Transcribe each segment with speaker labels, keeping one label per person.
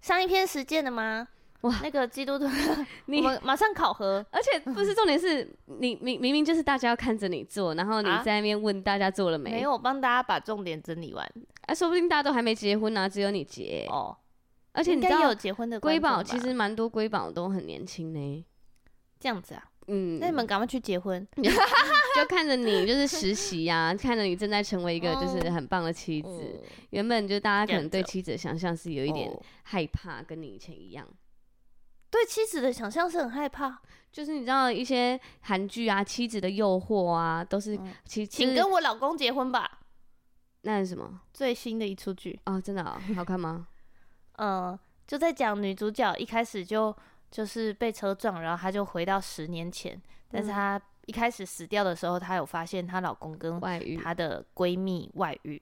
Speaker 1: 上一篇实践了吗？哇
Speaker 2: 哇，
Speaker 1: 那个基督 徒，我
Speaker 2: 你
Speaker 1: 们马上考核。
Speaker 2: 而且不是重点是，你明明明就是大家要看着你做，然后你
Speaker 1: 啊
Speaker 2: 在那边问大家做了没？
Speaker 1: 没有，我帮大家把重点整理完
Speaker 2: 哎、说不定大家都还没结婚呢、只有你结。
Speaker 1: 哦。
Speaker 2: 而且
Speaker 1: 应
Speaker 2: 你知
Speaker 1: 该有
Speaker 2: 道，
Speaker 1: 结婚的
Speaker 2: 瑰
Speaker 1: 观众
Speaker 2: 宝其
Speaker 1: 吧
Speaker 2: 实蛮多瑰宝都很年轻呢。
Speaker 1: 这样子啊，
Speaker 2: 嗯，
Speaker 1: 那你们赶快去结婚。
Speaker 2: 就看着你就是实习呀、 看着你正在成为一个就是
Speaker 1: 哦
Speaker 2: 很棒的妻子。
Speaker 1: 嗯
Speaker 2: 原本就大家可能
Speaker 1: 这
Speaker 2: 对
Speaker 1: 样子哦
Speaker 2: 妻子的想象是有一点
Speaker 1: 哦
Speaker 2: 害怕，跟你以前一样。
Speaker 1: 对妻子的想象是很害怕，
Speaker 2: 就是你知道一些韩剧啊，妻子的诱惑啊，都是
Speaker 1: 嗯
Speaker 2: 其
Speaker 1: 请
Speaker 2: 就是
Speaker 1: 跟我老公结婚吧。
Speaker 2: 那是什么
Speaker 1: 最新的一出剧，
Speaker 2: 哦，真的哦、好看吗？
Speaker 1: 嗯，就在讲女主角一开始就就是被车撞，然后她就回到十年前，但是
Speaker 2: 嗯
Speaker 1: 她一开始死掉的时候，她有发现她老公跟
Speaker 2: 外遇，
Speaker 1: 她的闺蜜外遇，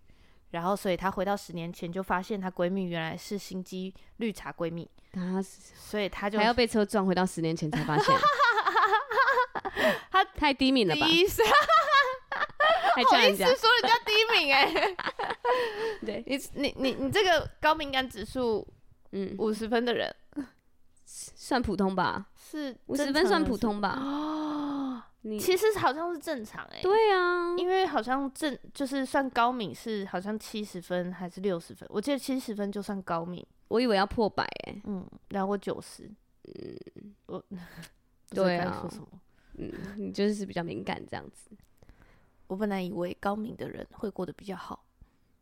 Speaker 1: 然后所以她回到十年前就发现她闺蜜原来是心机绿茶闺蜜，
Speaker 2: 他
Speaker 1: 所以啊她就
Speaker 2: 还要被车撞，回到十年前才 发现。
Speaker 1: 他
Speaker 2: 太低敏了吧？
Speaker 1: 第一次，
Speaker 2: 还
Speaker 1: 好
Speaker 2: 叫
Speaker 1: 意
Speaker 2: 人
Speaker 1: 思
Speaker 2: 家
Speaker 1: 说人家第一名哎、
Speaker 2: 对，
Speaker 1: 你你你你这个高敏感指数
Speaker 2: 嗯，
Speaker 1: 五十分的人
Speaker 2: 算普通吧，
Speaker 1: 是
Speaker 2: 五
Speaker 1: 正
Speaker 2: 十分
Speaker 1: 常
Speaker 2: 算
Speaker 1: 人
Speaker 2: 普
Speaker 1: 是
Speaker 2: 通吧？
Speaker 1: 哦，
Speaker 2: 你
Speaker 1: 其实好像是正常哎、
Speaker 2: 对啊，
Speaker 1: 因为好像正就是算高敏是好像七十分还是六十分，我记得七十分就算高敏，
Speaker 2: 我以为要破百哎，
Speaker 1: 嗯，然后我九十，嗯，我不知道
Speaker 2: 对
Speaker 1: 该
Speaker 2: 啊
Speaker 1: 说什么？
Speaker 2: 嗯，你就是比较敏感这样子。
Speaker 1: 我本来以为高敏的人会过得比较好，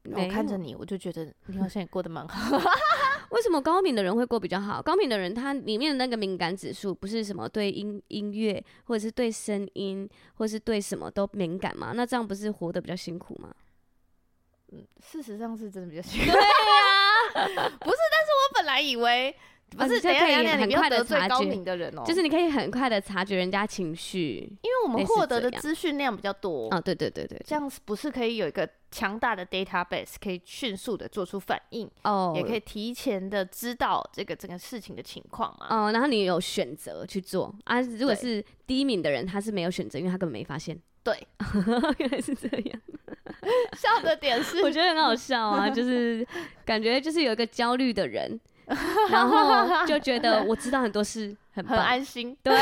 Speaker 1: 然后
Speaker 2: 没
Speaker 1: 我看着
Speaker 2: 有
Speaker 1: 你，我就觉得你好像也过得蛮好，
Speaker 2: 为什么高敏的人会过比较好？高敏的人他里面的那个敏感指数不是什么对音音乐，或者是对声音，或是对什么都敏感吗？那这样不是活得比较辛苦吗？
Speaker 1: 嗯事实上是真的比较辛 苦。对啊，不是，但是我本来以为不
Speaker 2: 啊
Speaker 1: 是，
Speaker 2: 你这
Speaker 1: 等一下
Speaker 2: 可以
Speaker 1: 等一下，你
Speaker 2: 很
Speaker 1: 不要
Speaker 2: 快地
Speaker 1: 得罪
Speaker 2: 察
Speaker 1: 高
Speaker 2: 觉
Speaker 1: 敏的人哦，
Speaker 2: 就是你可以很快的察觉人家情绪。
Speaker 1: 因为我们
Speaker 2: 类似
Speaker 1: 获得
Speaker 2: 这
Speaker 1: 的
Speaker 2: 样
Speaker 1: 资讯量比较多，
Speaker 2: 哦，对对对对，
Speaker 1: 这样是不是可以有一个强大的 database，可以迅速的做出反应，
Speaker 2: 哦，
Speaker 1: 也可以提前的知道这个整个事情的情况嘛？
Speaker 2: 哦，然后你有选择去做啊。如果
Speaker 1: 对
Speaker 2: 是低敏的人，他是没有选择，因为他根本没发现。
Speaker 1: 对，
Speaker 2: 原来是这样，
Speaker 1: 笑的 点 是，
Speaker 2: 我觉得很好笑 啊，就是感觉就是有一个焦虑的人，然后就觉得我知道很多事，很
Speaker 1: 很
Speaker 2: 棒，
Speaker 1: 安心，
Speaker 2: 对，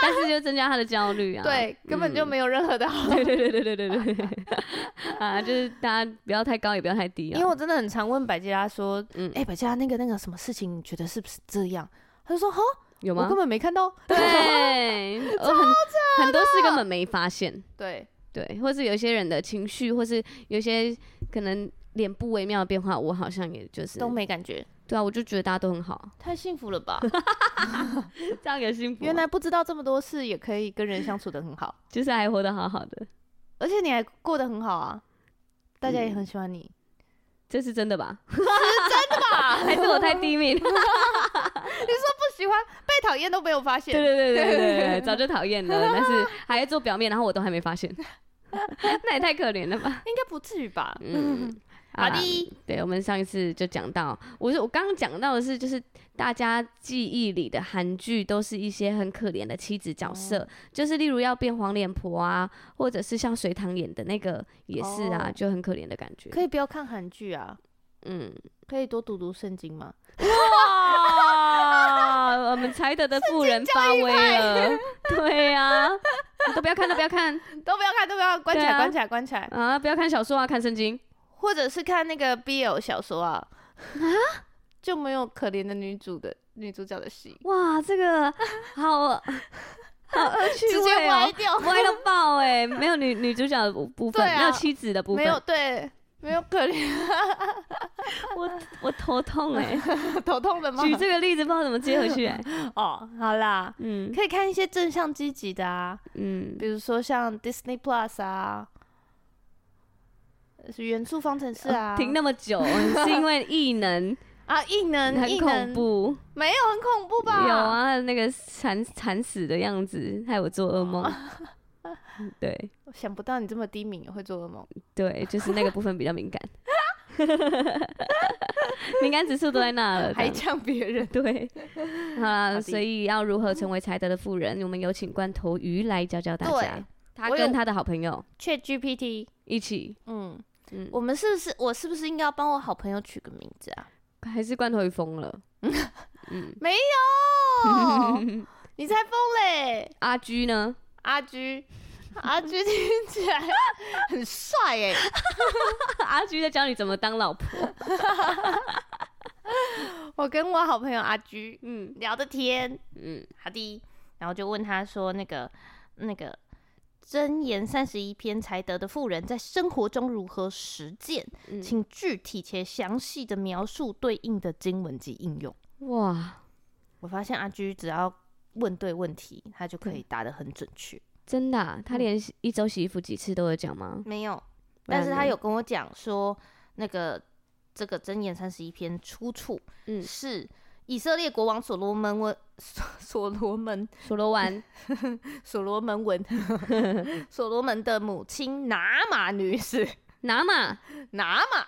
Speaker 2: 但是就增加他的焦虑啊。
Speaker 1: 对，根本就
Speaker 2: 嗯。
Speaker 1: 没有任何 的好。
Speaker 2: 对对对对对对对， 啊，就是大家不要太高，也不要太低啊。
Speaker 1: 因为我真的很常问百吉拉说，
Speaker 2: 嗯
Speaker 1: 哎、百吉拉那个那个什么事情，你觉得是不是这样？他就说，哈，
Speaker 2: 有
Speaker 1: 我
Speaker 2: 吗
Speaker 1: 根？本没看到。
Speaker 2: 对，我很很多事根本没发现，
Speaker 1: 对，
Speaker 2: 对，或是有一些人的情绪，或是有一些可能脸部微妙的变化，我好像也就是
Speaker 1: 都没感觉，
Speaker 2: 对啊，我就觉得大家都很 好，
Speaker 1: 太幸福了吧？
Speaker 2: 这样也幸福啊。
Speaker 1: 原来不知道这么多事，也可以跟人相处的很好，
Speaker 2: 就是还活得好好的，
Speaker 1: 而且你还过得很好啊，大家也
Speaker 2: 嗯
Speaker 1: 很喜欢 你。
Speaker 2: 这是真的吧？
Speaker 1: 吧？
Speaker 2: 还是我太低敏？
Speaker 1: 不喜欢被讨厌都没有发现，
Speaker 2: 对对对对对 对，早就讨厌了，但是还在做表面，然后我都还没发现， 那也太可怜了吧？
Speaker 1: 应该不至于吧？
Speaker 2: 嗯，
Speaker 1: 好
Speaker 2: 啦
Speaker 1: 的，
Speaker 2: 对，我们上一次就讲到，我是我刚刚讲到的是，就是大家记忆里的韩剧都是一些很可怜的妻子角色，就是例如要变黄脸婆啊，或者是像隋唐演的那个也是啊，
Speaker 1: 哦
Speaker 2: 就很可怜的感觉。
Speaker 1: 可以不要看韩剧啊，
Speaker 2: 嗯，
Speaker 1: 可以多读读圣经吗？
Speaker 2: 哇，啊我们才德的富人发威了，对呀、啊，都不要看，都不要看
Speaker 1: 都不要看，都不要看关起来，
Speaker 2: 对啊
Speaker 1: 关起来，关起来，
Speaker 2: 啊，不要看小说啊，看圣经。
Speaker 1: 或者是看那个 BL 小说啊， 就没有可怜的女主的女主角的戏，
Speaker 2: 哇，这个好好恶 趣
Speaker 1: 直接
Speaker 2: 味哦、
Speaker 1: 歪掉，
Speaker 2: 歪到爆哎、没有女女主角的部部分，
Speaker 1: 对啊
Speaker 2: 没有妻子的 部分，
Speaker 1: 没有对，没有可怜，
Speaker 2: 我我头痛 哎、
Speaker 1: 头痛的吗？
Speaker 2: 举这个例子不知道怎么接回 去哎、
Speaker 1: 哦，好啦，
Speaker 2: 嗯
Speaker 1: 可以看一些正向积极的啊，
Speaker 2: 嗯，
Speaker 1: 比如说像 Disney Plus 啊，元素方程式啊，
Speaker 2: 哦 停那么久是因为异能
Speaker 1: 啊，异能，
Speaker 2: 很
Speaker 1: 异
Speaker 2: 恐
Speaker 1: 能，
Speaker 2: 怖，
Speaker 1: 没有很恐怖吧？
Speaker 2: 有，啊，那个惨惨死的样子，害我做噩梦。哦 对
Speaker 1: 想不到你这么低敏也会做噩梦。
Speaker 2: 对，就是那个部分比较敏感， 敏感指数都在那 了，
Speaker 1: 还
Speaker 2: 这样
Speaker 1: 呛别人，
Speaker 2: 对，好啦，
Speaker 1: 的
Speaker 2: 所以要如何成为才德的富人，我们有请罐头鱼来教教大
Speaker 1: 对
Speaker 2: 家。他
Speaker 1: 我有
Speaker 2: 跟他的好朋友
Speaker 1: Chat GPT，
Speaker 2: 一起，
Speaker 1: 嗯
Speaker 2: 嗯
Speaker 1: 我们是不是我是不是应该要帮我好朋友取个名字啊？
Speaker 2: 还是罐头鱼疯了。嗯，
Speaker 1: 没
Speaker 2: 哦
Speaker 1: 有，你才疯嘞！
Speaker 2: 阿居呢？
Speaker 1: 阿居，阿居听起来 很帅哎、
Speaker 2: 阿居在教你怎么当老婆。
Speaker 1: 我跟我好朋友阿居
Speaker 2: 嗯
Speaker 1: 聊的天，
Speaker 2: 嗯，
Speaker 1: 好的，然后就问他说那个那个。箴言三十一篇，才德的富人在生活中如何实践？
Speaker 2: 嗯
Speaker 1: 请具体且详细的描述对应的经文及应用。
Speaker 2: 哇，
Speaker 1: 我发现阿居只要问对问题，他就可以答得很准确。
Speaker 2: 真的啊、他连洗一周洗衣服几次都有讲吗？
Speaker 1: 没有，
Speaker 2: 不然
Speaker 1: 但是他
Speaker 2: 呢
Speaker 1: 有跟我讲说，那个这个《箴言》三十一篇出处，
Speaker 2: 嗯
Speaker 1: 是以色列国王所罗门文 所所罗门
Speaker 2: 所 罗湾
Speaker 1: 所罗门文 所罗门的母亲拿玛女士
Speaker 2: 拿嘛，
Speaker 1: 拿玛，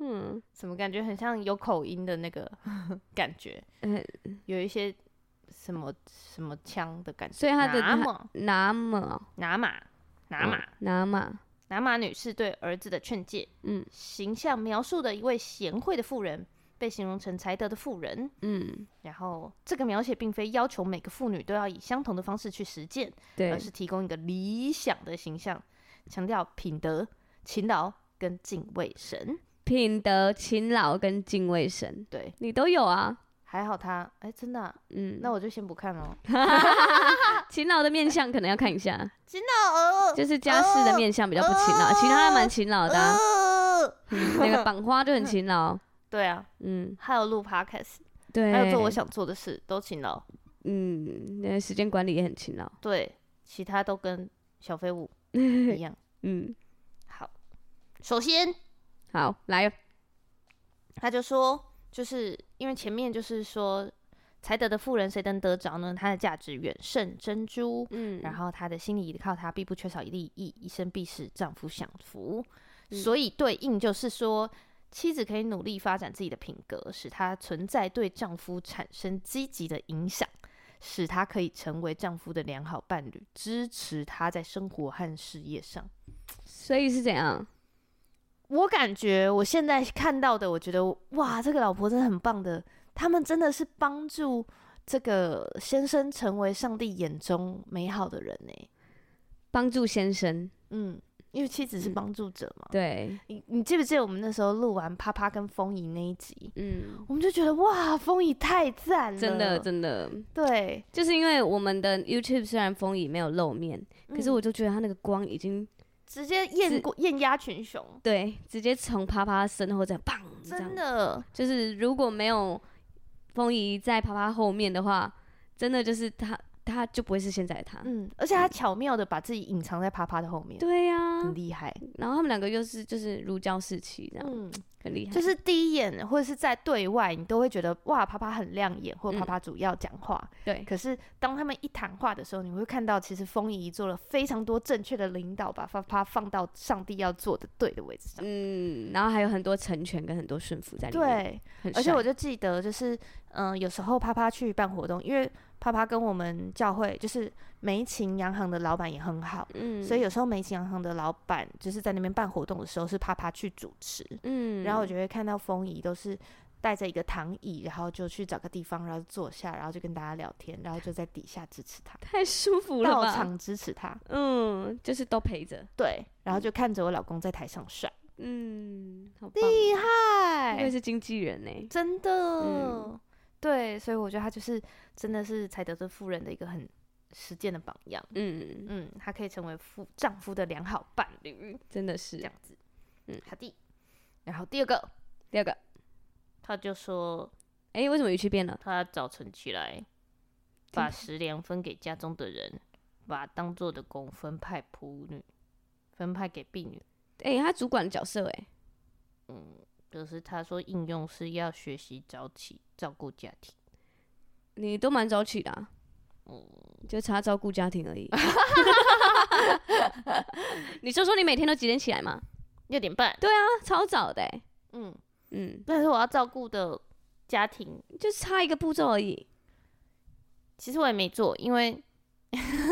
Speaker 2: 嗯，
Speaker 1: 怎么感觉很像有口音的那个感觉？
Speaker 2: 呃
Speaker 1: 有一些什么什么腔的哦感觉？
Speaker 2: 所以他的
Speaker 1: 拿
Speaker 2: 他
Speaker 1: 玛
Speaker 2: 拿嘛，
Speaker 1: 拿玛拿玛。
Speaker 2: 拿嘛，
Speaker 1: 拿马女士对儿子的劝诫，
Speaker 2: 嗯
Speaker 1: 形象描述的一位贤惠的妇人，被形容成才德的妇人。
Speaker 2: 嗯，
Speaker 1: 然后，这个描写并非要求每个妇女都要以相同的方式去实践，
Speaker 2: 对
Speaker 1: 呃而，是提供一个理想的形象，强调品德、勤劳跟敬畏神。
Speaker 2: 品德、勤劳跟敬畏神，
Speaker 1: 对，
Speaker 2: 你都有啊。
Speaker 1: 还好他，哎，真的啊、
Speaker 2: 嗯，
Speaker 1: 那我就先不看了。哦
Speaker 2: 勤劳的面相可能要看一下，
Speaker 1: 真的
Speaker 2: 就是家事的面相比较不勤劳，其他还蛮勤劳的啊、
Speaker 1: 哦，
Speaker 2: 嗯那个绑花就很勤劳，
Speaker 1: 对啊，
Speaker 2: 嗯，
Speaker 1: 还有录 podcast，
Speaker 2: 对，
Speaker 1: 还有做我，想做的事，都勤劳。
Speaker 2: 嗯，那个时间管理也很勤劳，
Speaker 1: 对，其他都跟小废 物一样。
Speaker 2: 嗯，
Speaker 1: 好，首先
Speaker 2: 好，来，
Speaker 1: 他就说，就是因为前面就是说，才德的富人谁能得着呢？他的价值远胜珍珠，
Speaker 2: 嗯，
Speaker 1: 然后他的心里依靠他，必不缺少一粒益，一生必使丈夫享福。
Speaker 2: 嗯
Speaker 1: 所以对应就是说。妻子可以努力发展自己的品格，使她存在对丈夫产生积极的影响，使她可以成为丈夫的良好伴侣，支持他在生活和事业上。
Speaker 2: 所以是怎样？
Speaker 1: 我感觉我现在看到的，我觉得哇，这个老婆真的很棒的，他们真的是帮助这个先生成为上帝眼中美好的人呢。
Speaker 2: 帮助先生，
Speaker 1: 嗯，因为妻子是
Speaker 2: 嗯
Speaker 1: 帮助者嘛。
Speaker 2: 对，
Speaker 1: 你你记不记得我们那时候录完啪啪跟风仪那一集，
Speaker 2: 嗯，
Speaker 1: 我们就觉得哇，风仪太赞了，
Speaker 2: 真的真的，
Speaker 1: 对。
Speaker 2: 就是因为我们的 YouTube 虽然风雨没有露面，可是
Speaker 1: 嗯
Speaker 2: 我就觉得他那个光已经
Speaker 1: 直接
Speaker 2: 是
Speaker 1: 艳过艳压群雄，
Speaker 2: 对，直接从啪啪身后这样砰，嗯这样
Speaker 1: 真的
Speaker 2: 就是如果没有风仪在啪啪后面的话，真的就是他，他就不会是现在的他。
Speaker 1: 嗯，而且他巧妙的把自己隐藏在啪啪的后面，
Speaker 2: 对啊呀、
Speaker 1: 很厉害。
Speaker 2: 然后他们两个又是就是如胶似漆，这样、
Speaker 1: 嗯，
Speaker 2: 很厉害。
Speaker 1: 就是第一眼或者是在对外，你都会觉得哇，啪啪很亮眼，或
Speaker 2: 嗯
Speaker 1: 啪啪主要讲话。
Speaker 2: 对，
Speaker 1: 可是当他们一谈话的时候，你会看到其实风仪做了非常多正确的领导，把啪啪放到上帝要做的对的位置上。
Speaker 2: 嗯，然后还有很多成全跟很多顺服在里面，
Speaker 1: 对，
Speaker 2: 对
Speaker 1: 而且我就记得就是嗯、呃有时候啪啪去办活动，因为啪啪跟我们教会就是梅琴洋行的老板也很好。
Speaker 2: 嗯，
Speaker 1: 所以有时候梅琴洋行的老板就是在那边办活动的时候是啪啪去主持，
Speaker 2: 嗯，
Speaker 1: 然后我就会看到风仪都是带着一个躺椅，然后就去找个地方，然后坐下，然后就跟大家聊天，然后就在底下支持他，
Speaker 2: 太舒服了
Speaker 1: 到
Speaker 2: 吧？
Speaker 1: 场支持他，
Speaker 2: 嗯，就是都陪着，
Speaker 1: 对，然后就看着我老公在台上帅，
Speaker 2: 嗯，好棒，
Speaker 1: 厉
Speaker 2: 不愧
Speaker 1: 害，
Speaker 2: 是经纪人欸呢、
Speaker 1: 真的，
Speaker 2: 嗯
Speaker 1: 对，所以我觉得他就是真的是才德这夫人的一个很实践的榜样，
Speaker 2: 嗯，
Speaker 1: 嗯，他可以成为夫丈夫的良好伴侣，
Speaker 2: 真的
Speaker 1: 这
Speaker 2: 是
Speaker 1: 样子，
Speaker 2: 嗯，
Speaker 1: 好的，然后第二个。
Speaker 2: 第二个。
Speaker 1: 他就说
Speaker 2: 哎、为什么语气变了？
Speaker 1: 他早晨起来，
Speaker 2: 真
Speaker 1: 把
Speaker 2: 的
Speaker 1: 食粮分给家中的人，把当做的工分派仆女，分派给婢女。
Speaker 2: 哎、他主管的角色哎、
Speaker 1: 嗯，可是他说应用是要学习早起照顾家庭。
Speaker 2: 你都蛮早起的、啊，
Speaker 1: 哦
Speaker 2: 就差照顾家庭 而已。你说说你每天都几点起来吗？
Speaker 1: 六点半，
Speaker 2: 对啊，超早的欸、
Speaker 1: 嗯，
Speaker 2: 嗯，
Speaker 1: 但是我要照顾的家庭，
Speaker 2: 就差一个步骤而已。
Speaker 1: 其实我也没做，因为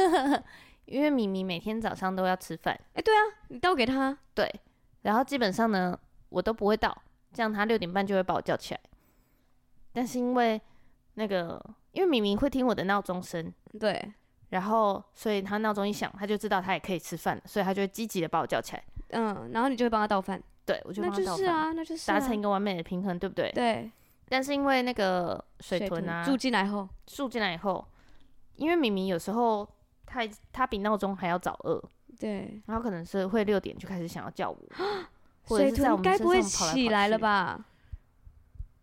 Speaker 1: 因为米米每天早上都要吃饭，
Speaker 2: 哎、对啊，你倒给他，
Speaker 1: 对，然后基本上呢，我都不会到，这样他六点半就会把我叫起来。但是因为那个，因为明明会听我的闹钟声，
Speaker 2: 对，
Speaker 1: 然后所以他闹钟一响，他就知道他也可以吃饭了，所以他就会积极的把我叫起来。
Speaker 2: 嗯，然后你就会帮他倒饭，
Speaker 1: 对，我就
Speaker 2: 那
Speaker 1: 帮他
Speaker 2: 就
Speaker 1: 倒
Speaker 2: 是
Speaker 1: 饭，
Speaker 2: 啊，那就是、啊、
Speaker 1: 达成一个完美的平衡，对不对？
Speaker 2: 对
Speaker 1: 但是因为那个水豚啊，
Speaker 2: 住进来后，
Speaker 1: 住进来以后，因为明明有时候他已他比闹钟还要早饿，
Speaker 2: 对，
Speaker 1: 然后可能是会六点就开始想要叫 我，或者
Speaker 2: 水
Speaker 1: 是在我
Speaker 2: 豚
Speaker 1: 们
Speaker 2: 该不会
Speaker 1: 身上跑来跑
Speaker 2: 起来了
Speaker 1: 去？
Speaker 2: 吧？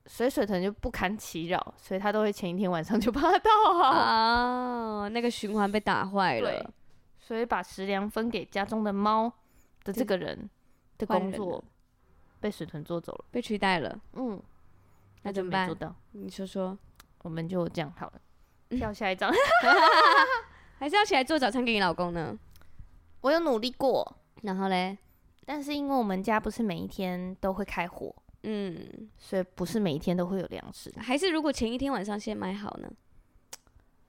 Speaker 1: 所以水豚就不堪其扰，所以他都会前一天晚上就把 它倒好，
Speaker 2: 啊，那个循环被打坏
Speaker 1: 对
Speaker 2: 了，，
Speaker 1: 所以把食粮分给家中的猫的这
Speaker 2: 对
Speaker 1: 个人的
Speaker 2: 坏
Speaker 1: 工
Speaker 2: 人
Speaker 1: 作
Speaker 2: 了
Speaker 1: 被水豚做走了，
Speaker 2: 被取代了。
Speaker 1: 嗯，
Speaker 2: 那
Speaker 1: 就
Speaker 2: 怎么
Speaker 1: 没做
Speaker 2: 办？
Speaker 1: 到，
Speaker 2: 你说说，
Speaker 1: 我们就这样好了，
Speaker 2: 嗯
Speaker 1: 跳下一张。
Speaker 2: 还是要起来做早餐给你老公呢？
Speaker 1: 我有努力过，
Speaker 2: 然后嘞，
Speaker 1: 但是因为我们家不是每一天都会开火，
Speaker 2: 嗯，
Speaker 1: 所以不是每一天都会有粮食，
Speaker 2: 还是如果前一天晚上先买好呢？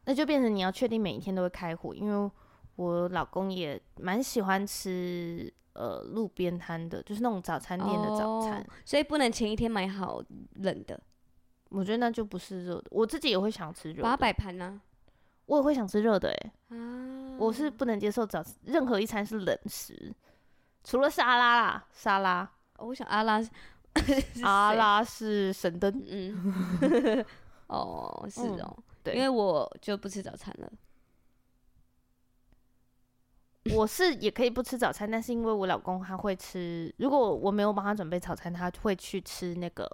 Speaker 1: 那就变成你要确定每一天都会开火，因为我老公也蛮喜欢吃呃路边摊的，就是那种早餐店的早餐，
Speaker 2: 哦所以不能前一天买好冷的，
Speaker 1: 我觉得那就不是热的。我自己也会想吃热
Speaker 2: 把它
Speaker 1: 的，
Speaker 2: 摆盘呢。
Speaker 1: 我也会想吃热的、欸，
Speaker 2: 啊，
Speaker 1: 我是不能接受早任何一餐是冷食，除了沙拉啦，沙拉，
Speaker 2: 哦我想阿 拉是
Speaker 1: 阿
Speaker 2: 谁，
Speaker 1: 拉是神灯，
Speaker 2: 嗯，哦，是
Speaker 1: 嗯
Speaker 2: 哦，
Speaker 1: 对
Speaker 2: 因为我就不吃早餐了。
Speaker 1: 我是也可以不吃早餐，但是因为我老公他会吃，如果我没有帮他准备早餐，他会去吃那个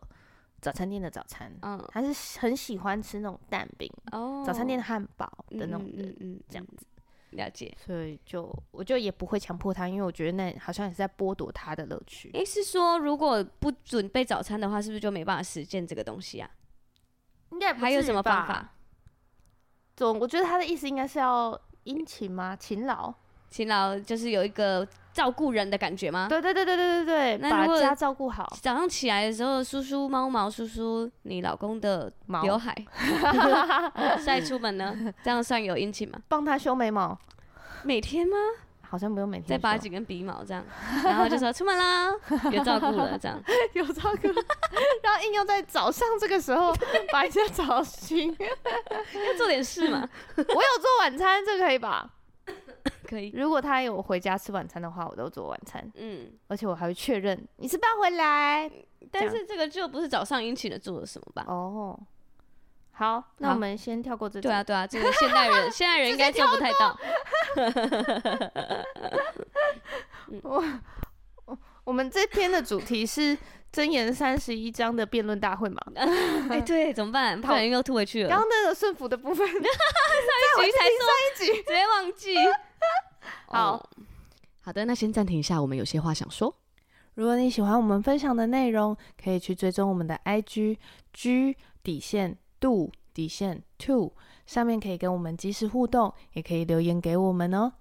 Speaker 1: 早餐店的早餐。
Speaker 2: 嗯，
Speaker 1: 他是很喜欢吃那种蛋饼、
Speaker 2: 哦，
Speaker 1: 早餐店的汉堡
Speaker 2: 嗯
Speaker 1: 的那种
Speaker 2: 嗯
Speaker 1: 人，
Speaker 2: 嗯嗯，
Speaker 1: 这样
Speaker 2: 子了解。
Speaker 1: 所以就我就也不会强迫他，因为我觉得那好像也是在剥夺他的乐趣。
Speaker 2: 诶，是说如果不准备早餐的话，是不是就没办法实践这个东西啊？
Speaker 1: 应该也不
Speaker 2: 还有
Speaker 1: 至于
Speaker 2: 什么方
Speaker 1: 吧
Speaker 2: 法？？
Speaker 1: 总我觉得他的意思应该是要殷勤吗？勤劳？
Speaker 2: 勤劳就是有一个照顾人的感觉吗？
Speaker 1: 对对对对对对对，
Speaker 2: 啊那
Speaker 1: 把
Speaker 2: 如果
Speaker 1: 家照顾好。
Speaker 2: 早上起来的时候，梳梳猫毛，梳梳你老公的
Speaker 1: 毛
Speaker 2: 刘海， 再出门呢，这样算有殷勤吗？
Speaker 1: 帮他修眉毛，
Speaker 2: 每天吗？
Speaker 1: 好像不用每天
Speaker 2: 再拔
Speaker 1: 修
Speaker 2: 几根鼻毛这 样，然后就说出门啦，有照顾了这样。
Speaker 1: 有照顾，然后硬要在早上这个时 候把人家吵 醒。
Speaker 2: 要做点事 嘛，
Speaker 1: 我有做晚餐，这可以吧？
Speaker 2: 可以。
Speaker 1: 如果他有回家吃晚餐的话，我都做晚餐。
Speaker 2: 嗯，
Speaker 1: 而且我还会确认你是不要回来
Speaker 2: 但
Speaker 1: 这
Speaker 2: 是这个就不是早上殷勤的做了什么吧？
Speaker 1: 哦。好，那我
Speaker 2: 好
Speaker 1: 们先跳过这
Speaker 2: 对啊，
Speaker 1: 题，
Speaker 2: 对啊，这个现 代人，现代人应该做不太到。
Speaker 1: 我们这篇的主题是《真言三十一章》的辩论大会嘛？
Speaker 2: 哎、对，怎么办？不小心又吐回去了。
Speaker 1: 刚刚那个顺服的部 分，
Speaker 2: 上一集才说，
Speaker 1: 一
Speaker 2: 直接忘记。
Speaker 1: 好
Speaker 2: 哦，好的，那先暂停一下，我们有些话想说。
Speaker 1: 如果你喜欢我们分享的内容，可以去追踪我们的 IG G 底线 do 底线 two，上面可以跟我们及时互动，也可以留言给我们哦。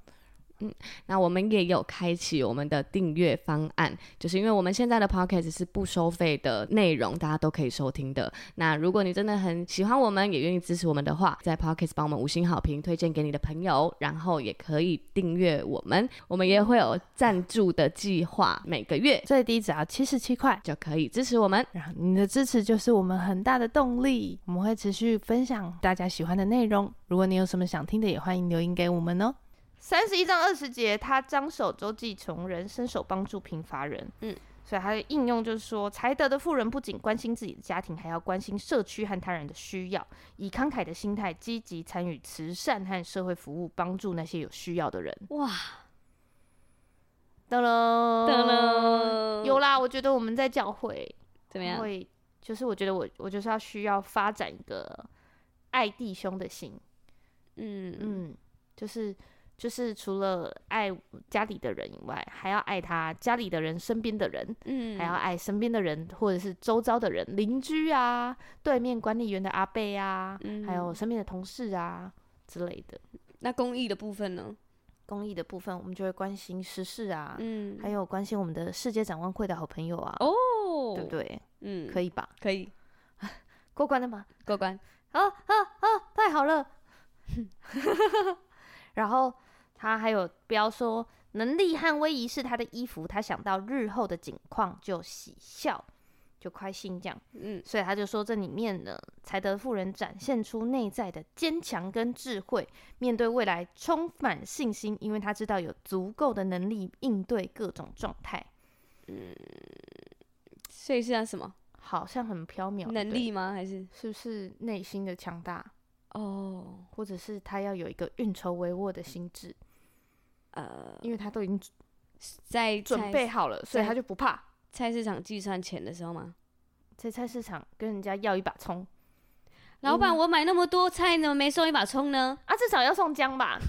Speaker 2: 那我们也有开启我们的订阅方案，就是因为我们现在的 podcast 是不收费的内容，大家都可以收听的。那如果你真的很喜欢我们，也愿意支持我们的话，在 podcast 帮我们五星好评，推荐给你的朋友，然后也可以订阅我们。我们也会有赞助的计划，每个月
Speaker 1: 最低只要啊七十七块，
Speaker 2: 就可以支持我们。
Speaker 1: 然后你的支持就是我们很大的动力，我们会持续分享大家喜欢的内容。如果你有什么想听的，也欢迎留言给我们哦。三十一章二十节，他张手周济穷人，伸手帮助贫乏人。
Speaker 2: 嗯，
Speaker 1: 所以他的应用就是说，才德的富人不仅关心自己的家庭，还要关心社区和他人的需要，以慷慨的心态积极参与慈善和社会服务，帮助那些有需要的人。
Speaker 2: 哇，
Speaker 1: 噔噔
Speaker 2: 噔噔
Speaker 1: 有啦，我觉得我们在教会。
Speaker 2: 怎么样？
Speaker 1: 会就是我觉得我我就是要需要发展一个爱弟兄的心，
Speaker 2: 嗯嗯，
Speaker 1: 嗯，就是就是除了爱家里的人以外，还要爱他家里的人、身边的人，
Speaker 2: 嗯
Speaker 1: 还要爱身边的人或者是周遭的人，邻居啊、对面管理员的阿贝啊，还有身边的同事啊之类的。
Speaker 2: 那公益的部分呢？
Speaker 1: 公益的部分，我们就会关心时事啊，
Speaker 2: 嗯，
Speaker 1: 还有关心我们的世界展望会的好朋友啊，
Speaker 2: 哦，
Speaker 1: 对不？对？
Speaker 2: 嗯，
Speaker 1: 可
Speaker 2: 以，
Speaker 1: 以吧？
Speaker 2: 可以
Speaker 1: 过关了吗？
Speaker 2: 过关。
Speaker 1: 啊啊啊！太好了。 然后他还有标说，能力和威仪是他的衣服，他想到日后的景况就喜笑，就开心这样。
Speaker 2: 嗯，
Speaker 1: 所以他就说，这里面呢，才德妇人展现出内在的坚强跟智慧，面对未来充满信心，因为他知道有足够的能力应对各种状态。
Speaker 2: 所以是要什么
Speaker 1: 好像很缥缈，对
Speaker 2: 能
Speaker 1: 不对
Speaker 2: 力吗？还是
Speaker 1: 是不是内心的强大，
Speaker 2: 哦，
Speaker 1: 或者是他要有一个运筹帷幄的心智？
Speaker 2: 呃，
Speaker 1: 因为他都已经
Speaker 2: 在
Speaker 1: 准
Speaker 2: 菜
Speaker 1: 备好了，所以
Speaker 2: 在
Speaker 1: 他就不怕。
Speaker 2: 菜市场计算钱的时候吗？
Speaker 1: 在菜市场跟人家要一把葱
Speaker 2: 老板，我买那么多菜，怎么没送一把葱呢？
Speaker 1: 啊，至少要送姜吧？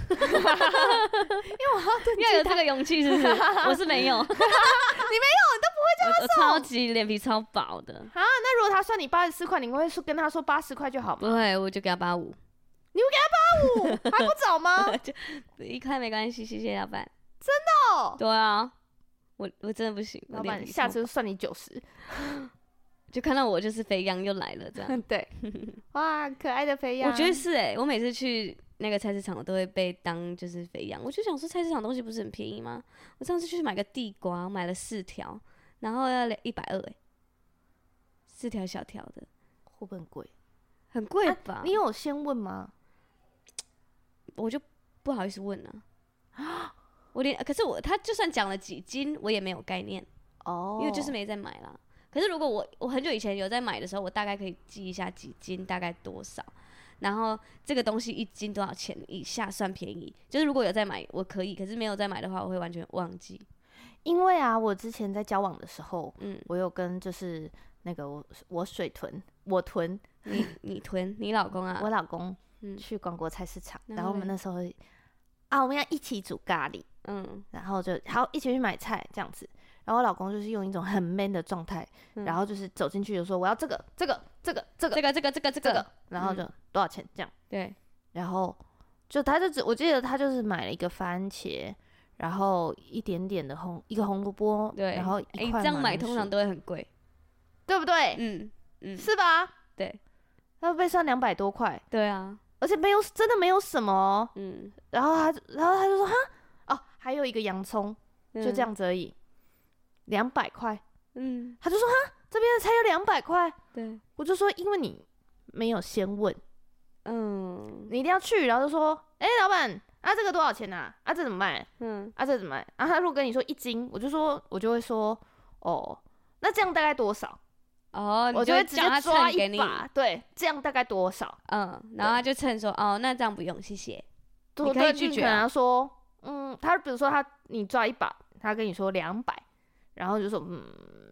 Speaker 2: 要有这个勇气，是 不是？我是没有，你没有，你都不会这样我超级脸皮超薄的，
Speaker 1: 那如果他算你八十四块，你会说跟他说八十块就好
Speaker 2: 不
Speaker 1: 吗？
Speaker 2: 会，我就给他八五，
Speaker 1: 不，还不早 吗？
Speaker 2: 一块没关系，谢谢老板。
Speaker 1: 哦，
Speaker 2: 对啊，我我真的不行，我
Speaker 1: 老
Speaker 2: 脸
Speaker 1: 板
Speaker 2: 皮
Speaker 1: 下
Speaker 2: 超
Speaker 1: 次就算你九 十。
Speaker 2: 就看到我就是肥羊又来了这 样。
Speaker 1: 对，哇，可爱的肥羊，啊
Speaker 2: 我觉得是哎、我每次去那个菜市场，我都会被当就是肥羊。我就想说，菜市场东西不是很便宜吗？我上次去买个地瓜，买了四条，然后要一百二哎，四条小条的，
Speaker 1: 会不会很贵？
Speaker 2: 很贵
Speaker 1: 啊
Speaker 2: 吧？
Speaker 1: 你有先问吗？
Speaker 2: 我就不好意思问了、 我连可是我他就算讲了几斤，我也没有概念，
Speaker 1: 哦
Speaker 2: 因为就是没在买啦。可是如果我我很久以前有在买的时候，我大概可以记一下几斤大概多少，然后这个东西一斤多少钱以下算便宜。就是如果有在买，我可以；可是没有在买的话，我会完全忘记。
Speaker 1: 因为啊，我之前在交往的时候，
Speaker 2: 嗯，
Speaker 1: 我有跟就是那个我我水豚，我豚
Speaker 2: 你你囤你老公啊
Speaker 1: 我，老公
Speaker 2: 嗯
Speaker 1: 去广国菜市场，
Speaker 2: 然
Speaker 1: 然后
Speaker 2: 后
Speaker 1: 我们
Speaker 2: 嘞
Speaker 1: 那时候啊，我们要一起煮咖喱，
Speaker 2: 嗯，
Speaker 1: 然后就好一起去买菜这样子。然后我老公就是用一种很 man 的状态，
Speaker 2: 嗯
Speaker 1: 然后就是走进去就说我要这个这个这个这个
Speaker 2: 这个这个这个嗯这
Speaker 1: 这个
Speaker 2: 个，，
Speaker 1: 然后就多少钱这样，
Speaker 2: 对，
Speaker 1: 然后就他就只我记得他就是买了一个番茄。然后一点点的红，一个红萝卜，
Speaker 2: 对
Speaker 1: 然后
Speaker 2: 哎、
Speaker 1: 一块
Speaker 2: 这样
Speaker 1: 马
Speaker 2: 买
Speaker 1: 铃
Speaker 2: 通
Speaker 1: 薯
Speaker 2: 常都会很贵。
Speaker 1: 对不对？
Speaker 2: 嗯嗯，
Speaker 1: 是吧？
Speaker 2: 对，
Speaker 1: 他被算两百多块，
Speaker 2: 对啊，
Speaker 1: 而且没有真的没有什么哦。
Speaker 2: 嗯，
Speaker 1: 然后他就然后他就说哈哦，还有一个洋葱，就
Speaker 2: 嗯
Speaker 1: 这，样子而已，两百块。
Speaker 2: 嗯，
Speaker 1: 他就说哈这边的菜要两百块，
Speaker 2: 对。
Speaker 1: 我就说因为你没有先问，
Speaker 2: 嗯
Speaker 1: 你一定要去，然后就说哎、老板啊这个多少钱呐、啊？这怎么卖？
Speaker 2: 嗯
Speaker 1: 啊这怎么卖？啊他如果跟你说一斤，我就说我就会说哦。那这样大概多少？
Speaker 2: 哦，
Speaker 1: 我
Speaker 2: 你就
Speaker 1: 会
Speaker 2: 会
Speaker 1: 直
Speaker 2: 叫
Speaker 1: 接
Speaker 2: 他
Speaker 1: 抓
Speaker 2: 称给
Speaker 1: 一
Speaker 2: 你，
Speaker 1: 把，对，这样大概多少？
Speaker 2: 嗯，然后他就称说，哦，那这样不用，谢谢。
Speaker 1: 对
Speaker 2: 你可
Speaker 1: 对
Speaker 2: 以拒
Speaker 1: 你
Speaker 2: 绝
Speaker 1: 可能
Speaker 2: 啊
Speaker 1: 要说，嗯，他比如说他你抓一把，他跟你说两百，然后就说，嗯，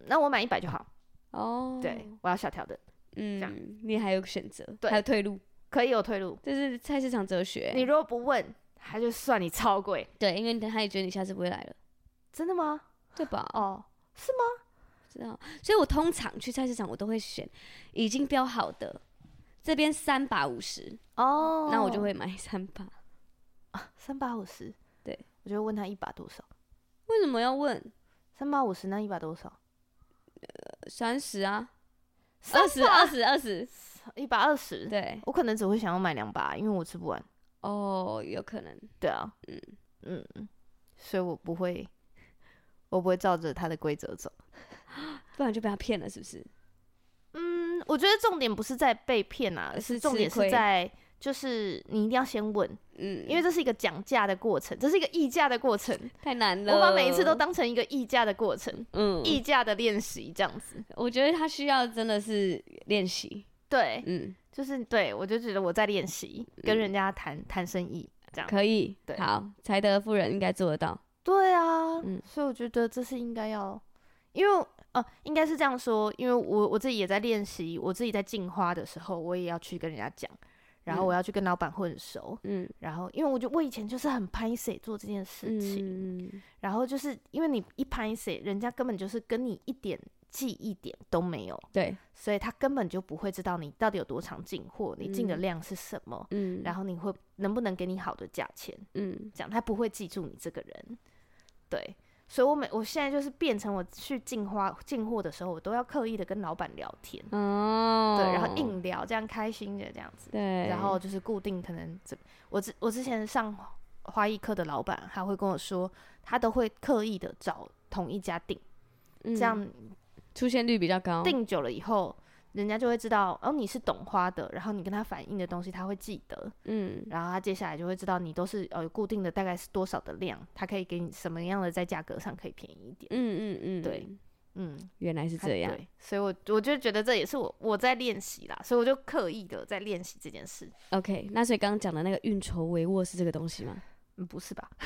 Speaker 1: 那我买一百就好，
Speaker 2: 哦，
Speaker 1: 对，我要小条的，样
Speaker 2: 嗯，你还有选择，
Speaker 1: 对
Speaker 2: 还有退路，
Speaker 1: 可以有退路。
Speaker 2: 这是菜市场哲学。
Speaker 1: 你如果不问，他就算你超贵，
Speaker 2: 对，因为他也觉得你下次不会来了，
Speaker 1: 真的吗？
Speaker 2: 对吧？哦，
Speaker 1: 哦，是吗？
Speaker 2: 知道。所以我通常去菜市场，我都会选已经标好的，这边三把五十，
Speaker 1: 哦，
Speaker 2: 那我就会买三把。
Speaker 1: 三八五十，
Speaker 2: 对
Speaker 1: 我就会问他一把多少，
Speaker 2: 为什么要问
Speaker 1: 三八五十那一把多少？
Speaker 2: 三十啊？
Speaker 1: 三
Speaker 2: 二十，二十，二十，
Speaker 1: 一把二十，
Speaker 2: 对，
Speaker 1: 我可能只会想要买两把，因为我吃不完。
Speaker 2: 哦，有可能，
Speaker 1: 对啊，嗯嗯，所以我不会，我不会照着他的规则走。
Speaker 2: 不然就被他骗了，是不是？
Speaker 1: 嗯，我觉得重点不是在被骗啊，
Speaker 2: 而
Speaker 1: 而
Speaker 2: 呃是
Speaker 1: 是重点
Speaker 2: 吃亏
Speaker 1: 是在就是你一定要先问，
Speaker 2: 嗯，
Speaker 1: 因为这是一个讲价的过程，这是一个议价的过程。
Speaker 2: 太难了。
Speaker 1: 我把每一次都当成一个议价的过程，
Speaker 2: 嗯，
Speaker 1: 议价的练习这样子。
Speaker 2: 我觉得他需要真的是练习，
Speaker 1: 对，
Speaker 2: 嗯，
Speaker 1: 就是对我就觉得我在练习跟人家谈谈生意这样。
Speaker 2: 可以，
Speaker 1: 对
Speaker 2: 好，才德夫人应该做得到，
Speaker 1: 对啊，
Speaker 2: 嗯
Speaker 1: 所以我觉得这是应该要，因为哦、应该是这样说，因为我我自己也在练习，我自己在进化的时候，我也要去跟人家讲，然后我要去跟老板混熟，
Speaker 2: 嗯
Speaker 1: 然后因为我就我以前就是很拍谁做这件事情，
Speaker 2: 嗯，
Speaker 1: 然后就是因为你一拍谁，人家根本就是跟你一点记忆点都没有，
Speaker 2: 对，
Speaker 1: 所以他根本就不会知道你到底有多常进货，你进的
Speaker 2: 嗯
Speaker 1: 量是什么，
Speaker 2: 嗯，
Speaker 1: 然
Speaker 2: 后
Speaker 1: 后你会能不能给你好的价钱，
Speaker 2: 嗯
Speaker 1: 这样他不会记住你这个人。对，所以我每我现在就是变成我去进花进货的时候，我都要刻意的跟老板聊天，
Speaker 2: 哦，
Speaker 1: 对，然后硬聊，这样开心的这样子。
Speaker 2: 对，
Speaker 1: 然后就是固定可能怎我之我之前上花艺课的老板，他会跟我说，他都会刻意的找同一家订，
Speaker 2: 嗯
Speaker 1: 这样
Speaker 2: 出现率比较高，
Speaker 1: 订久了以后，人家就会知道哦你是懂花的，然后你跟他反映的东西他会记得，
Speaker 2: 嗯
Speaker 1: 然后他接下来就会知道你都是呃固定的大概是多少的量，他可以给你什么样的在价格上可以便宜一点，
Speaker 2: 嗯嗯嗯，
Speaker 1: 对，嗯，
Speaker 2: 原来是
Speaker 1: 他
Speaker 2: 这样，
Speaker 1: 对所以我我就觉得这也是我我在练习啦，所以我就刻意的在练习这件事，
Speaker 2: OK，那所以刚刚讲的那个运筹帷幄是这个东西吗？
Speaker 1: 嗯，不是吧？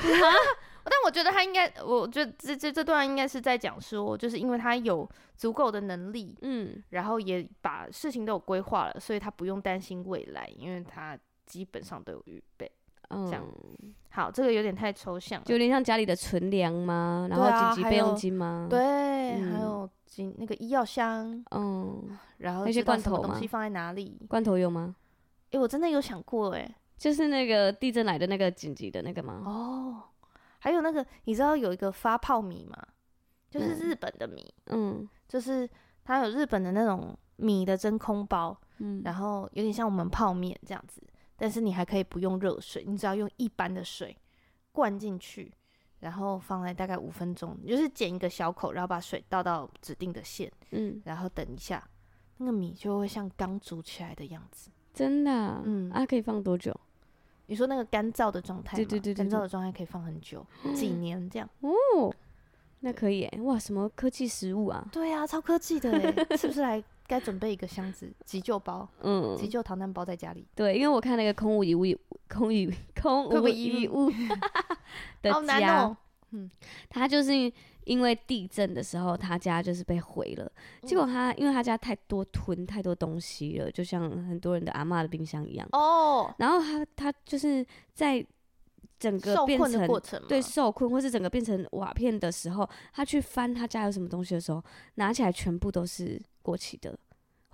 Speaker 1: 但我觉得他应该，我觉得这这这段应该是在讲说，就是因为他有足够的能力，
Speaker 2: 嗯，
Speaker 1: 然后也把事情都有规划了，所以他不用担心未来，因为他基本上都有预备。
Speaker 2: 这
Speaker 1: 样好，这个有点太抽象了。
Speaker 2: 哦就有点像家里的存粮吗？然
Speaker 1: 对啊
Speaker 2: 后紧急备
Speaker 1: 还
Speaker 2: 用
Speaker 1: 有
Speaker 2: 金吗？，
Speaker 1: 对，
Speaker 2: 嗯
Speaker 1: 还有金那个医药箱，
Speaker 2: 嗯，
Speaker 1: 然后
Speaker 2: 那些
Speaker 1: 知道
Speaker 2: 罐
Speaker 1: 什么
Speaker 2: 头
Speaker 1: 东西
Speaker 2: 吗
Speaker 1: 放在哪里？
Speaker 2: 罐头有吗？
Speaker 1: 诶，我真的有想过、诶。
Speaker 2: 就是那个地震来的那个紧急的那个吗？
Speaker 1: 哦，还有那个，你知道有一个发泡米吗？就是
Speaker 2: 嗯
Speaker 1: 日本的米，
Speaker 2: 嗯
Speaker 1: 就是它有日本的那种米的真空包，
Speaker 2: 嗯，
Speaker 1: 然后有点像我们泡面这样子，但是你还可以不用热水，你只要用一般的水灌进去，然后放在大概五分钟，你就是剪一个小口，然后把水倒到指定的线，
Speaker 2: 嗯，
Speaker 1: 然后等一下，那个米就会像刚煮起来的样子。
Speaker 2: 真的啊，
Speaker 1: 嗯
Speaker 2: 啊，可以放多久？
Speaker 1: 你说那个干燥的状态吗，
Speaker 2: 对对对对
Speaker 1: 干燥
Speaker 2: 对
Speaker 1: 的状态可以放很久， 几年这样。
Speaker 2: 那可以耶，哇，什么科技食物啊？
Speaker 1: 对啊，超科 技的欸是不是来该准备一个箱子急救包、
Speaker 2: 嗯，
Speaker 1: 急救逃难包在家里？
Speaker 2: 对，因为我看那个空无一物， 空无一空
Speaker 1: 空无
Speaker 2: 无
Speaker 1: 一
Speaker 2: 一物的
Speaker 1: 嗯好难
Speaker 2: 家，
Speaker 1: 哦
Speaker 2: 他就是因为地震的时候，他家就是被毁了。结果他因为他家太多囤太多东西了，就像很多人的阿嬷的冰箱一样。
Speaker 1: 哦，
Speaker 2: 然后他他就是在整个
Speaker 1: 受
Speaker 2: 变
Speaker 1: 困的过
Speaker 2: 成
Speaker 1: 程嘛
Speaker 2: 对受困，或是整个变成瓦片的时候，他去翻他家有什么东西的时候，拿起来全部都是过期的、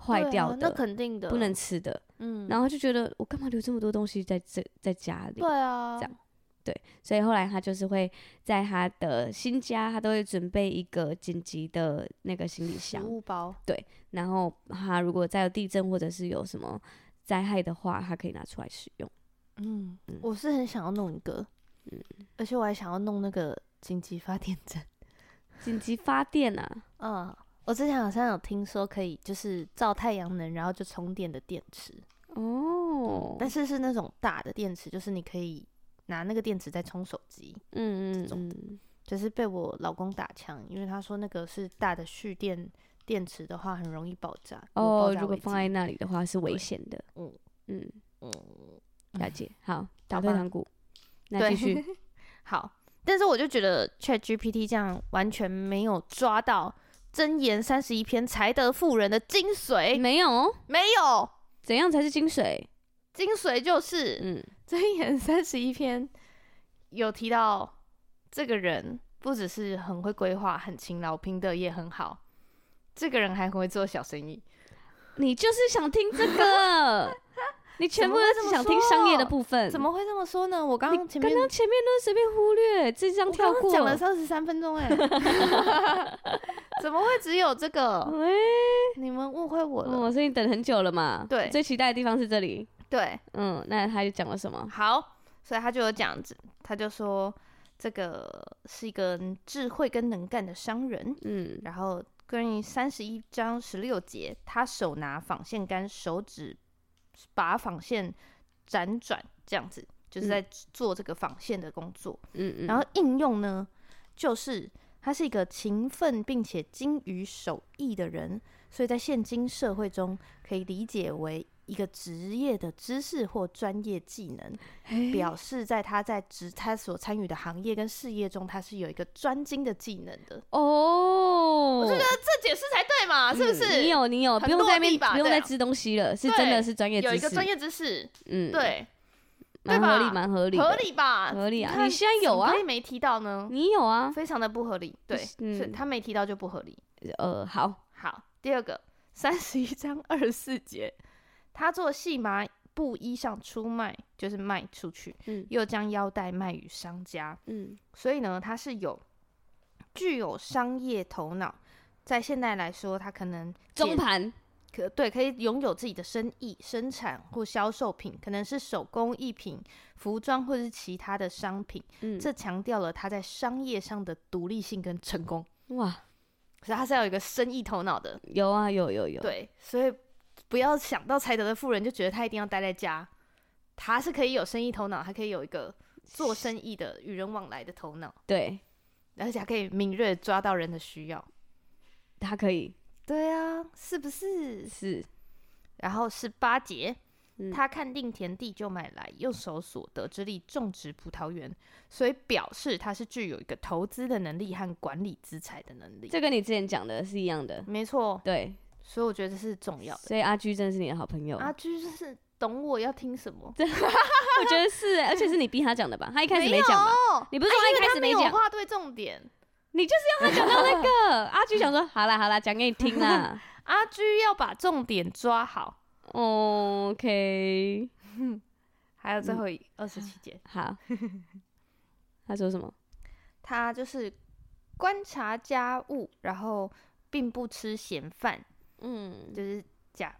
Speaker 2: 坏
Speaker 1: 对啊
Speaker 2: 掉的、
Speaker 1: 那肯定的，
Speaker 2: 不能吃的。
Speaker 1: 嗯，
Speaker 2: 然后就觉得我干嘛留这么多东西在这在家里？
Speaker 1: 对啊，
Speaker 2: 这样所以后来他就是会在他的新家，他都会准备一个紧急的那个行李
Speaker 1: 食
Speaker 2: 箱，
Speaker 1: 物包
Speaker 2: 然后他如果再有地震或者是有什么灾害的话，他可以拿出来使用。
Speaker 1: 嗯
Speaker 2: 嗯，
Speaker 1: 我是很想要弄一个，
Speaker 2: 嗯
Speaker 1: 而且我还想要弄那个紧急发电站，
Speaker 2: 紧急发电啊，
Speaker 1: 嗯。我之前好像有听说可以，就是照太阳能，然后就充电的电池，
Speaker 2: 哦，
Speaker 1: 嗯但是是那种大的电池，就是你可以拿那个电池在充手机。
Speaker 2: 嗯嗯
Speaker 1: 这种
Speaker 2: 嗯，
Speaker 1: 就是被我老公打枪，因为他说那个是大的蓄电电池的话，很容易爆炸。有爆
Speaker 2: 哦，
Speaker 1: 炸
Speaker 2: 如果
Speaker 1: 危机
Speaker 2: 放在那里的话是危
Speaker 1: 对
Speaker 2: 险的。
Speaker 1: 嗯
Speaker 2: 嗯，
Speaker 1: 嗯，
Speaker 2: 了解。好，打
Speaker 1: 好
Speaker 2: 退
Speaker 1: 吧
Speaker 2: 堂鼓，那
Speaker 1: 对
Speaker 2: 继续。
Speaker 1: 好，但是我就觉得 Chat GPT 这样完全没有抓到《箴言三十一篇》才德妇人的精髓，
Speaker 2: 没有，
Speaker 1: 没有
Speaker 2: 怎样才是精髓？
Speaker 1: 精髓就是
Speaker 2: 嗯
Speaker 1: 《箴言三十一篇》有提到这个人不只是很会规划、很勤劳、拼的也很好，这个人还很会做小生意。
Speaker 2: 你就是想听 这个，你全部
Speaker 1: 怎么会
Speaker 2: 都
Speaker 1: 这
Speaker 2: 是
Speaker 1: 么
Speaker 2: 想听商业的
Speaker 1: 说
Speaker 2: 部分。
Speaker 1: 怎么会这么说呢？我刚
Speaker 2: 你
Speaker 1: 刚前
Speaker 2: 刚
Speaker 1: 面
Speaker 2: 刚前面都随便忽略，这张
Speaker 1: 我
Speaker 2: 跳
Speaker 1: 刚刚
Speaker 2: 过。
Speaker 1: 讲了三十三分钟 哎、怎么会只有这个？
Speaker 2: 喂，
Speaker 1: 你们误会我了。
Speaker 2: 哦，所以你等很久了嘛？
Speaker 1: 对
Speaker 2: 最期待的地方是这里。
Speaker 1: 对，
Speaker 2: 嗯，那他就讲了什么？
Speaker 1: 好，所以他就有讲，他就说这个是一个智慧跟能干的商人。
Speaker 2: 嗯
Speaker 1: 然后关于三十一章十六节，他手拿纺线杆，手指把纺线辗转，这样子就是
Speaker 2: 嗯
Speaker 1: 在做这个纺线的工作。
Speaker 2: 嗯嗯，
Speaker 1: 然后应用呢，就是他是一个勤奋并且精于手艺的人，所以在现今社会中可以理解为一个职业的知识或专业技能，
Speaker 2: 嘿
Speaker 1: 表示在他在职他所参与的行业跟事业中，他是有一个专精的技能的。
Speaker 2: 哦，
Speaker 1: 我就觉得这解释才对嘛，啊是不是？
Speaker 2: 嗯你有你有，
Speaker 1: 很
Speaker 2: 不用
Speaker 1: 落
Speaker 2: 在那边
Speaker 1: 地吧
Speaker 2: 不用
Speaker 1: 对
Speaker 2: 再
Speaker 1: 啊
Speaker 2: 吃东西了，是
Speaker 1: 对
Speaker 2: 真的是专业知
Speaker 1: 有
Speaker 2: 识，
Speaker 1: 一个专业知识，
Speaker 2: 嗯，，
Speaker 1: 对，对
Speaker 2: 蛮合
Speaker 1: 吧
Speaker 2: 理，蛮合理的，
Speaker 1: 合理吧？
Speaker 2: 合理
Speaker 1: 你
Speaker 2: 啊，
Speaker 1: 看
Speaker 2: 你现在有啊
Speaker 1: 怎么可，以没提到呢？
Speaker 2: 你有啊，
Speaker 1: 非常的不合理，对，
Speaker 2: 嗯
Speaker 1: 是他没提到就不合理。
Speaker 2: 呃，好，
Speaker 1: 好，第二个三十一章二十四节，他做细麻布衣裳出卖，就是卖出去，
Speaker 2: 嗯
Speaker 1: 又将腰带卖与商家，
Speaker 2: 嗯
Speaker 1: 所以呢，他是有具有商业头脑。在现代来说，他可能
Speaker 2: 中
Speaker 1: 解
Speaker 2: 盘，
Speaker 1: 可对，可以拥有自己的生意、生产或销售品，可能是手工艺品、服装或是其他的商品。
Speaker 2: 嗯，
Speaker 1: 这强调了他在商业上的独立性跟成功，
Speaker 2: 哇，
Speaker 1: 所以他是要有一个生意头脑的。
Speaker 2: 有啊，有有有，
Speaker 1: 对，所以不要想到才德的富人就觉得他一定要待在家，他是可以有生意头脑，还可以有一个做生意的与人往来的头脑，
Speaker 2: 对，
Speaker 1: 而且还可以敏锐地抓到人的需要。
Speaker 2: 他可以
Speaker 1: 对啊，是不是？
Speaker 2: 是
Speaker 1: 然后是八节，
Speaker 2: 嗯
Speaker 1: 他看定田地就买来，用手所得之力种植葡萄园，所以表示他是具有一个投资的能力和管理资产的能力。
Speaker 2: 这跟你之前讲的是一样的，
Speaker 1: 没错，
Speaker 2: 对，
Speaker 1: 所以我觉得这是哦重要的。
Speaker 2: 所以阿居真的是你的好朋友，
Speaker 1: 阿居就是懂我要听什么，
Speaker 2: 我觉得是 欸，而且是你逼他讲的吧？他一开始没
Speaker 1: 啊有
Speaker 2: 讲吧？你不是说
Speaker 1: 啊
Speaker 2: 他一
Speaker 1: 因为
Speaker 2: 开
Speaker 1: 他
Speaker 2: 始
Speaker 1: 没
Speaker 2: 没
Speaker 1: 有
Speaker 2: 讲？
Speaker 1: 划对重点。
Speaker 2: 你就是要他讲到那个阿居想说，好啦好啦，讲给你听啦。
Speaker 1: 阿居要把重点抓好。
Speaker 2: OK，
Speaker 1: 还有最后一二十七节，
Speaker 2: 好。他说什么？
Speaker 1: 他就是观察家务，然后并不吃闲饭，
Speaker 2: 嗯，
Speaker 1: 就是假，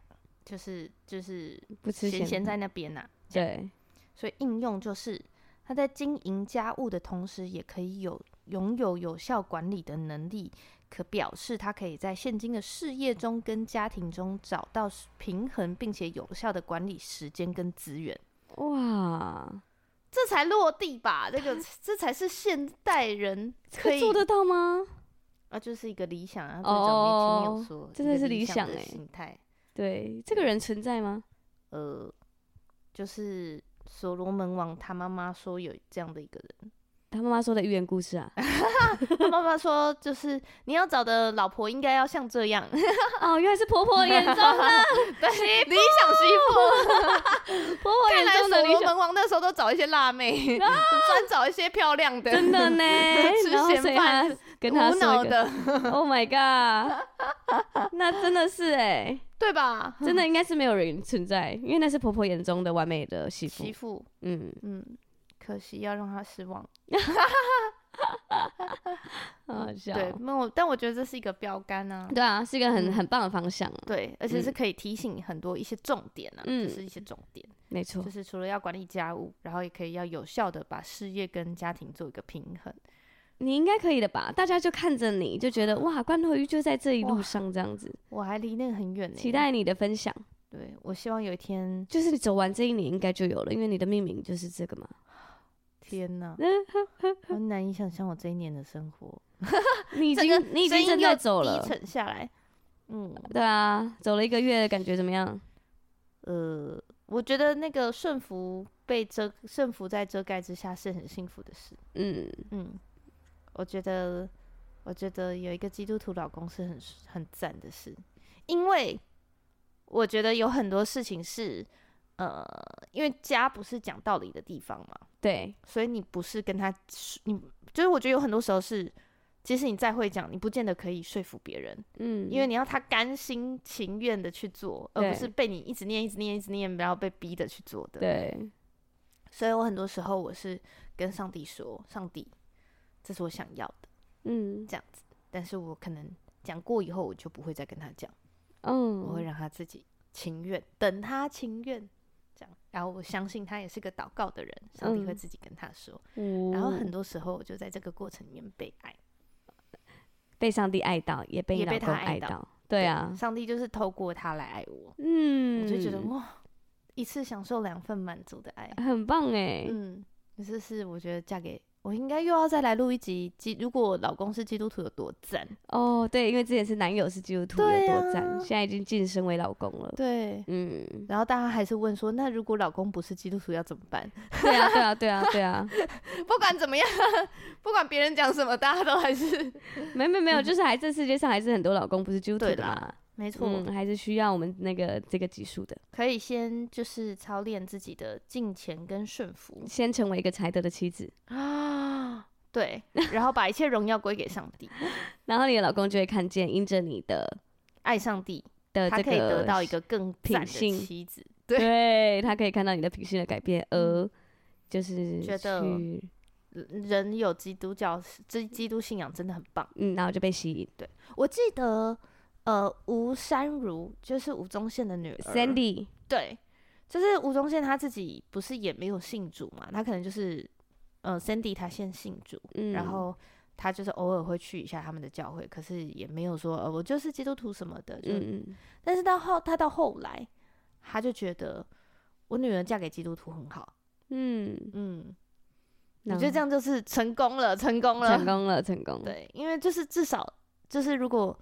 Speaker 1: 就是就是
Speaker 2: 不吃
Speaker 1: 闲
Speaker 2: 咸
Speaker 1: 闲在那边呐、
Speaker 2: 对，
Speaker 1: 所以应用就是他在经营家务的同时，也可以有拥有有效管理的能力，可表示他可以在现今的事业中跟家庭中找到平衡，并且有效的管理时间跟资源。
Speaker 2: 哇，
Speaker 1: 这才落地吧，这个这才是现代 人
Speaker 2: 这
Speaker 1: 可
Speaker 2: 个
Speaker 1: 以
Speaker 2: 做得到吗？
Speaker 1: 啊，就是一个理想啊。最
Speaker 2: 哦
Speaker 1: 早没听你有说，
Speaker 2: 真的
Speaker 1: 一个
Speaker 2: 是
Speaker 1: 理
Speaker 2: 理想
Speaker 1: 的
Speaker 2: 欸
Speaker 1: 心态，
Speaker 2: 对，这个人存在吗？
Speaker 1: 呃，就是所罗门王他妈妈说有这样的一个人，
Speaker 2: 他妈妈说的寓言故事 啊。
Speaker 1: 他妈妈说就是你要找的老婆应该要像这 样，
Speaker 2: 哦，原来是婆婆眼中的
Speaker 1: 对，理想媳 妇。
Speaker 2: 婆婆
Speaker 1: 看
Speaker 2: 眼
Speaker 1: 来
Speaker 2: 中的
Speaker 1: 所
Speaker 2: 理
Speaker 1: 罗
Speaker 2: 想，
Speaker 1: 门王那时候都找一些辣妹， 专找一些漂亮的，
Speaker 2: 真的呢
Speaker 1: 吃。
Speaker 2: 然后
Speaker 1: 闲
Speaker 2: 所以
Speaker 1: 饭
Speaker 2: 他跟他
Speaker 1: 无
Speaker 2: 说
Speaker 1: 脑
Speaker 2: 一个
Speaker 1: 的，
Speaker 2: ，Oh my god，那真的是哎、
Speaker 1: 对吧？
Speaker 2: 真的应该是没有人存在，因为那是婆婆眼中的完美的 媳妇
Speaker 1: 媳。妇，
Speaker 2: 嗯，
Speaker 1: 嗯，可惜要让他失望。
Speaker 2: 很好笑。
Speaker 1: 对，没有，但我觉得这是一个标杆 啊。
Speaker 2: 对啊，是一个很
Speaker 1: 嗯
Speaker 2: 很棒的方向啊，
Speaker 1: 对，而且是
Speaker 2: 嗯
Speaker 1: 可以提醒很多一些重点啊，
Speaker 2: 嗯
Speaker 1: 就是一些重点，
Speaker 2: 没错
Speaker 1: 就。是除了要管理家务，然后也可以要有效的把事业跟家庭做一个平衡。
Speaker 2: 你应该可以的吧？大家就看着你，就觉得哇，罐头鱼就在这一路
Speaker 1: 哇
Speaker 2: 上这样子，
Speaker 1: 我还离那个很远呢，
Speaker 2: 期。待你的分享。
Speaker 1: 对，我希望有一天，
Speaker 2: 就是你走完这一年应该就有了，因为你的命名就是这个嘛。
Speaker 1: 天 哪，我难以想象我这一年的生活，
Speaker 2: 你已
Speaker 1: 这
Speaker 2: 经、
Speaker 1: 个
Speaker 2: 你已经正在走了
Speaker 1: 低，沉下来。嗯，
Speaker 2: 对啊，走了一个月，感觉怎么样？
Speaker 1: 呃，我觉得那个顺服被遮，顺服在遮盖之下是很幸福的事。
Speaker 2: 嗯，
Speaker 1: 嗯，我觉得，我觉得有一个基督徒老公是很很赞的事，因为我觉得有很多事情是，呃，因为家不是讲道理的地方嘛，
Speaker 2: 对，
Speaker 1: 所以你不是跟他，你就是我觉得有很多时候是，即使你再会讲，你不见得可以说服别人，
Speaker 2: 嗯，
Speaker 1: 因为你要他甘心情愿的去做，而不
Speaker 2: 对
Speaker 1: 是被你一直念、一直念、一直念，然后被逼的去做的。
Speaker 2: 对，
Speaker 1: 所以我很多时候我是跟上帝说，上帝，这是我想要的。
Speaker 2: 嗯
Speaker 1: 这样子，但是我可能讲过以后，我就不会再跟他讲，我会
Speaker 2: 嗯，
Speaker 1: 让他自己情愿，等他情愿这样。然后我相信他也是个祷告的人，上帝会
Speaker 2: 嗯哦
Speaker 1: 自己跟他说。
Speaker 2: 我
Speaker 1: 然后很多时候，我就在这个过程里面被爱，
Speaker 2: 被上帝爱到，也被
Speaker 1: 也被
Speaker 2: 老
Speaker 1: 他
Speaker 2: 公
Speaker 1: 爱
Speaker 2: 爱
Speaker 1: 到
Speaker 2: 到，对啊，
Speaker 1: 上帝就是透过他来爱我，
Speaker 2: 嗯，
Speaker 1: 我就觉得哇，一次享受两份满足的爱，嗯
Speaker 2: 很棒哎，
Speaker 1: 嗯，这是我觉得嫁给我应该又要再来录一集基，如果我老公是基督徒有多赞？
Speaker 2: 哦，对，因为之前是男友是基督徒，有
Speaker 1: 对
Speaker 2: 多
Speaker 1: 啊
Speaker 2: 赞，现在已经晋升为老公了。
Speaker 1: 对。
Speaker 2: 嗯，
Speaker 1: 然后大家还是问说，那如果老公不是基督徒要怎么办？
Speaker 2: 对啊，对啊，对啊，对啊，
Speaker 1: 不管怎么样， 不管别人讲什么，大家都还是
Speaker 2: 没没没有，就是还这世界上还是很多老公不是基督
Speaker 1: 嗯
Speaker 2: 徒
Speaker 1: 对
Speaker 2: 的
Speaker 1: 啦
Speaker 2: 嘛，
Speaker 1: 没错。
Speaker 2: 嗯，还是需要我们那个这个级数的，
Speaker 1: 可以先就是操练自己的敬虔跟顺服
Speaker 2: 先成为一个才德的妻子，
Speaker 1: 啊， 对，然后把一切荣耀归给上帝，
Speaker 2: 然后你的老公就会看见，因着你的
Speaker 1: 爱上帝，
Speaker 2: 的
Speaker 1: 他
Speaker 2: 呃这
Speaker 1: 可以得
Speaker 2: 个
Speaker 1: 到一个更
Speaker 2: 品
Speaker 1: 赞的
Speaker 2: 性
Speaker 1: 妻子。
Speaker 2: 对他可以看到你的品性的改变，而就是
Speaker 1: 嗯觉得
Speaker 2: 去
Speaker 1: 人有基督教，这基督信仰真的很棒。
Speaker 2: 嗯，然后就被吸引。
Speaker 1: 我记得，呃，吴珊如就是吴宗宪的女儿
Speaker 2: Sandy，
Speaker 1: 对，就是吴宗宪他自己不是也没有信主嘛，他可能就是，呃，Sandy 他先信主，
Speaker 2: 嗯，
Speaker 1: 然后他就是偶尔会去一下他们的教会，可是也没有说，呃，我就是基督徒什么的，就
Speaker 2: 嗯嗯，
Speaker 1: 但是到后他到后来，他就觉得我女儿嫁给基督徒很好，
Speaker 2: 嗯，
Speaker 1: 嗯，我
Speaker 2: 然
Speaker 1: 觉得这样就是成功了，成功
Speaker 2: 后
Speaker 1: 了，
Speaker 2: 成功了，成功。，
Speaker 1: 对，因为就是至少就是如果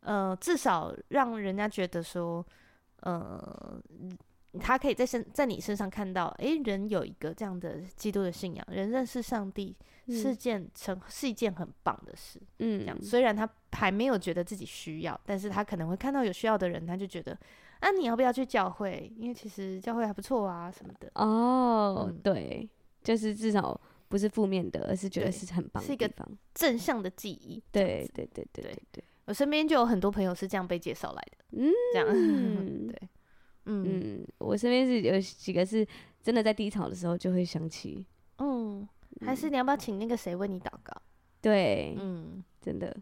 Speaker 1: 呃至少让人家觉得说，呃，他可以在身在你身上看到，诶，人有一个这样的基督的信仰，人认识上帝是件成是一件很棒的事。这
Speaker 2: 嗯
Speaker 1: 样，虽然他还没有觉得自己需要，但是他可能会看到有需要的人，他就觉得啊，你要不要去教会？因为其实教会还不错啊，什么的，
Speaker 2: 哦
Speaker 1: 嗯，
Speaker 2: 对，就是至少不是负面的，而是觉得
Speaker 1: 对
Speaker 2: 是很棒的
Speaker 1: 是一个
Speaker 2: 地方。
Speaker 1: 正向的记忆。这样
Speaker 2: 对
Speaker 1: 子，
Speaker 2: 对对对
Speaker 1: 对
Speaker 2: 对对，
Speaker 1: 我身边就有很多朋友是这样被介绍来的。
Speaker 2: 嗯
Speaker 1: 这 样，
Speaker 2: 嗯
Speaker 1: 对，嗯
Speaker 2: 嗯，我身边是有几个是真的在低潮的时候就会想起，
Speaker 1: 嗯，还是
Speaker 2: 嗯
Speaker 1: 你要不要请那个谁为你祷告？
Speaker 2: 对，
Speaker 1: 嗯
Speaker 2: 真的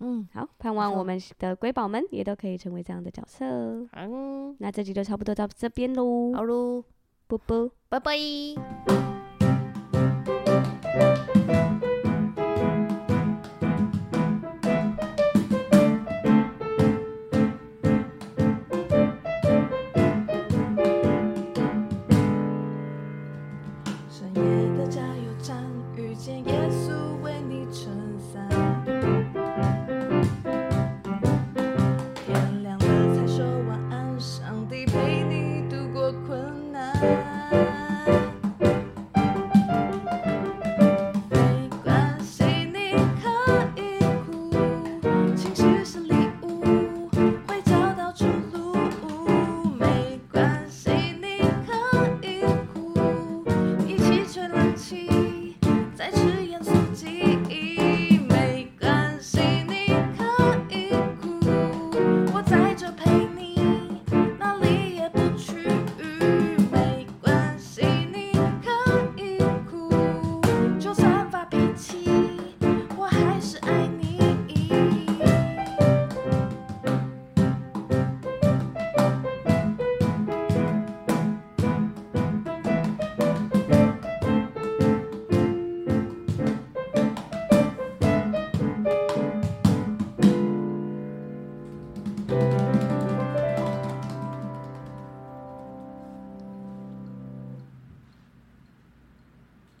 Speaker 1: 嗯
Speaker 2: 好，盼望
Speaker 1: 错
Speaker 2: 我们的瑰宝们也都可以成为这样的角色。
Speaker 1: 嗯，
Speaker 2: 那这集就差不多到这边喽，
Speaker 1: 好喽，
Speaker 2: 啵啵。
Speaker 1: 拜拜。
Speaker 3: 深夜的加油站，遇见耶稣为你撑伞。天亮了才说晚安，上帝陪你度过困难。